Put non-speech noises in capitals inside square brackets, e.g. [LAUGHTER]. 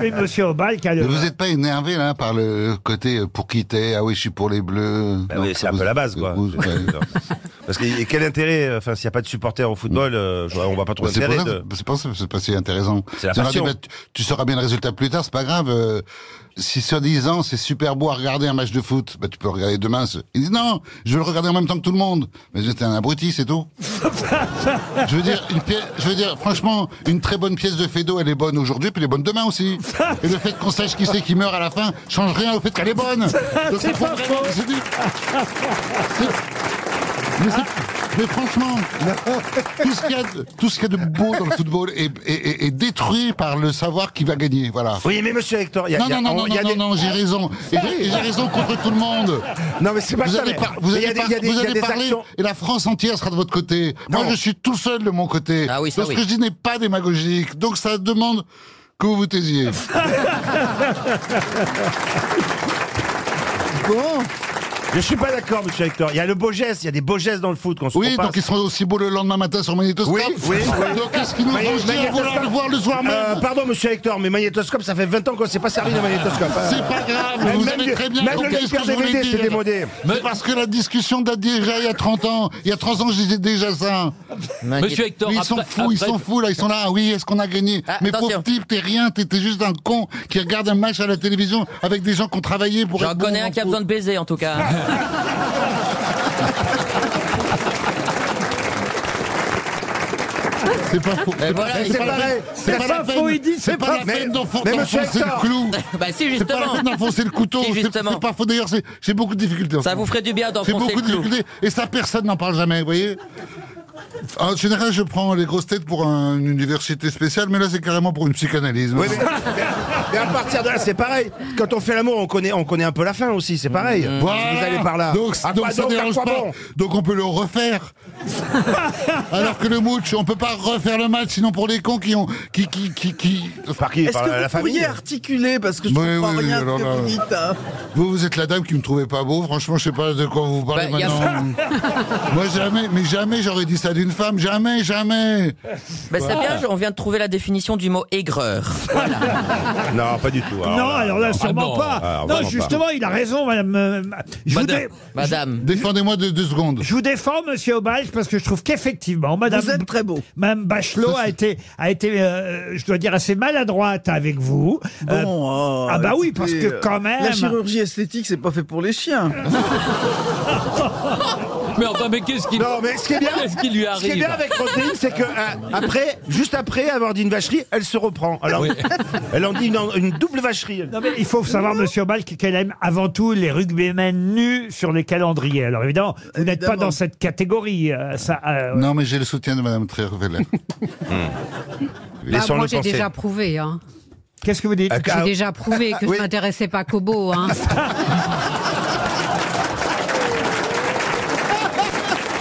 Mais Monsieur Obal, qui a le- Vous n'êtes pas énervé là par le côté euh, pour quitter Ah oui, je suis pour les bleus. Bah Non, oui, c'est un vous- peu la base, quoi. vous- ouais. Parce que et quel intérêt euh, Enfin, s'il n'y a pas de supporters au football, euh, je vois, on va pas trop Bah, C'est pour intérêt ça de. que c'est pas, c'est pas si intéressant. C'est la Tu auras passion. dit, bah, tu, tu sauras bien le résultat plus tard, c'est pas grave. euh, si soi-disant c'est super beau à regarder un match de foot, bah, tu peux regarder demain. ce- Il dit non, je vais le regarder en même temps que tout le monde. Mais j'étais un abruti, c'est [LAUGHS] tout. je veux dire, une pièce- je veux dire, franchement, une très bonne pièce de Fedo, elle est bonne aujourd'hui, puis elle est bonne demain aussi. Et le fait qu'on sache qui c'est qui meurt à la fin change rien au fait qu'elle est [LAUGHS] bonne. Donc, C'est il faut pas vraiment- faux. je dis- C'est- mais, c'est- mais franchement, tout ce qu'il y a de, tout ce qu'il y a de beau dans le football est, est- est- est détruit par le savoir qui va gagner. Voilà. Oui, mais monsieur Hector, il y a. Non, il y a- non, non, on- non, il y non, a non, des- non, j'ai raison. Et j'ai- et j'ai raison contre tout le monde. Non, mais c'est pas Vous ça. allez, mais- par- vous mais il y a allez des- par- il y a des- vous il y a allez des parler actions- et la France entière sera de votre côté. Non. Moi, je suis tout seul de mon côté. Ah oui, ça Donc, oui. ce que je dis n'est pas démagogique. Donc, ça demande que vous vous taisiez. bon. Je suis pas d'accord, monsieur Hector. Il y a le beau geste, il y a des beaux gestes dans le foot qu'on se Oui, repasse. donc ils seront aussi beaux le lendemain matin sur Magnétoscope. Oui, oui, oui. Donc qu'est-ce qu'ils nous Mais- ont dit à magnétoscope- vouloir le voir le soir même Euh, pardon, monsieur Hector, mais magnétoscope, ça fait 20 ans qu'on s'est pas servi de magnétoscope. hein. C'est pas grave, Même- vous même avez le- très bien même le compris ce que lecteur je voulais DVD, c'est dire. démodé. Mais parce que la discussion date déjà il y a 30 ans. Il y a 3 ans, je disais déjà ça. Monsieur Hector, Oui, ils après- sont fous, ils après- sont fous là, ils sont là. Ah oui, est-ce qu'on a gagné Ah, Mais attention. pauvre type, t'es rien, t'es t'es juste un con qui regarde un match à la télévision avec des gens qui ont travaillé pour J'en être bons connais en un qui a foot. besoin de baiser en tout [LAUGHS] cas. [LAUGHS] C'est pas faux. Et Eh, voilà, c'est il pas faut- la peine. c'est pas faux, il dit, C'est c'est pas pas- la peine Mais- d'enfon- mais monsieur d'enfoncer Hector. le clou. bah si C'est pas la justement. peine d'enfoncer le couteau. Si, C'est- justement. C'est pas faux. D'ailleurs, c'est- j'ai beaucoup de difficultés. en Ça ce vous moment. ferait du bien J'ai d'enfoncer beaucoup le de clou. difficultés. Et ça, personne n'en parle jamais, vous voyez En général, je prends les grosses têtes pour un- une université spéciale, mais là, c'est carrément pour une psychanalyse. Oui, mais, mais à partir de là, c'est pareil. Quand on fait l'amour, on connaît, on connaît un peu la fin aussi, c'est pareil. Voilà. Vous allez par là. Donc, à donc quoi, ça donc, à dérange quoi pas. bon Donc on peut le [LAUGHS] refaire. Alors que le match, on peut pas refaire le match, sinon pour les cons qui ont qui qui qui, qui- Par qui Est-ce Par que la, vous la famille pourriez articuler parce que je Oui, comprends oui, oui, rien de ce que alors vous là- dites. hein. Vous, vous êtes la dame qui me trouvait pas beau. Franchement, je sais pas de quoi vous parlez Bah, y a- maintenant. [LAUGHS] Moi jamais, mais jamais j'aurais dit ça d'une femme, jamais, jamais. [LAUGHS] Bah c'est bien, on vient de trouver la définition du mot aigreur. Non, pas du tout. Oh Non, alors là, sûrement non. pas. Ah, non, vraiment justement, il a raison, madame. euh, Je vous, Madame, dé- madame. Défendez-moi de deux secondes. je vous défends, monsieur Obal, parce que je trouve qu'effectivement, madame. Vous êtes très beau. Madame Bachelot a été, a été euh, je dois dire, assez maladroite avec vous. Euh, Bon, oh, ah bah oui, parce écoutez, euh, que quand même- La chirurgie esthétique, c'est pas fait pour les chiens. Mais enfin, mais qu'est-ce qu'il Non, mais ce qui est bien, Qu'est-ce qui lui ce qui est arrive bien avec Roselyne, c'est que euh, après, juste après avoir dit une vacherie, elle se reprend. Alors, elle en dit une, une double vacherie. Non mais il faut savoir, Monsieur Obal, qu'elle aime avant tout les rugbymen nus sur les calendriers. Alors évidemment, vous n'êtes pas Évidemment. dans cette catégorie. euh, ça, euh, Non, mais j'ai le soutien de Madame Trierweiler. Bah, Laissons-le moi, j'ai penser. déjà prouvé. Hein. Qu'est-ce que vous dites Ah, J'ai déjà prouvé que Oui. je m'intéressais pas qu'aux beaux. Hein.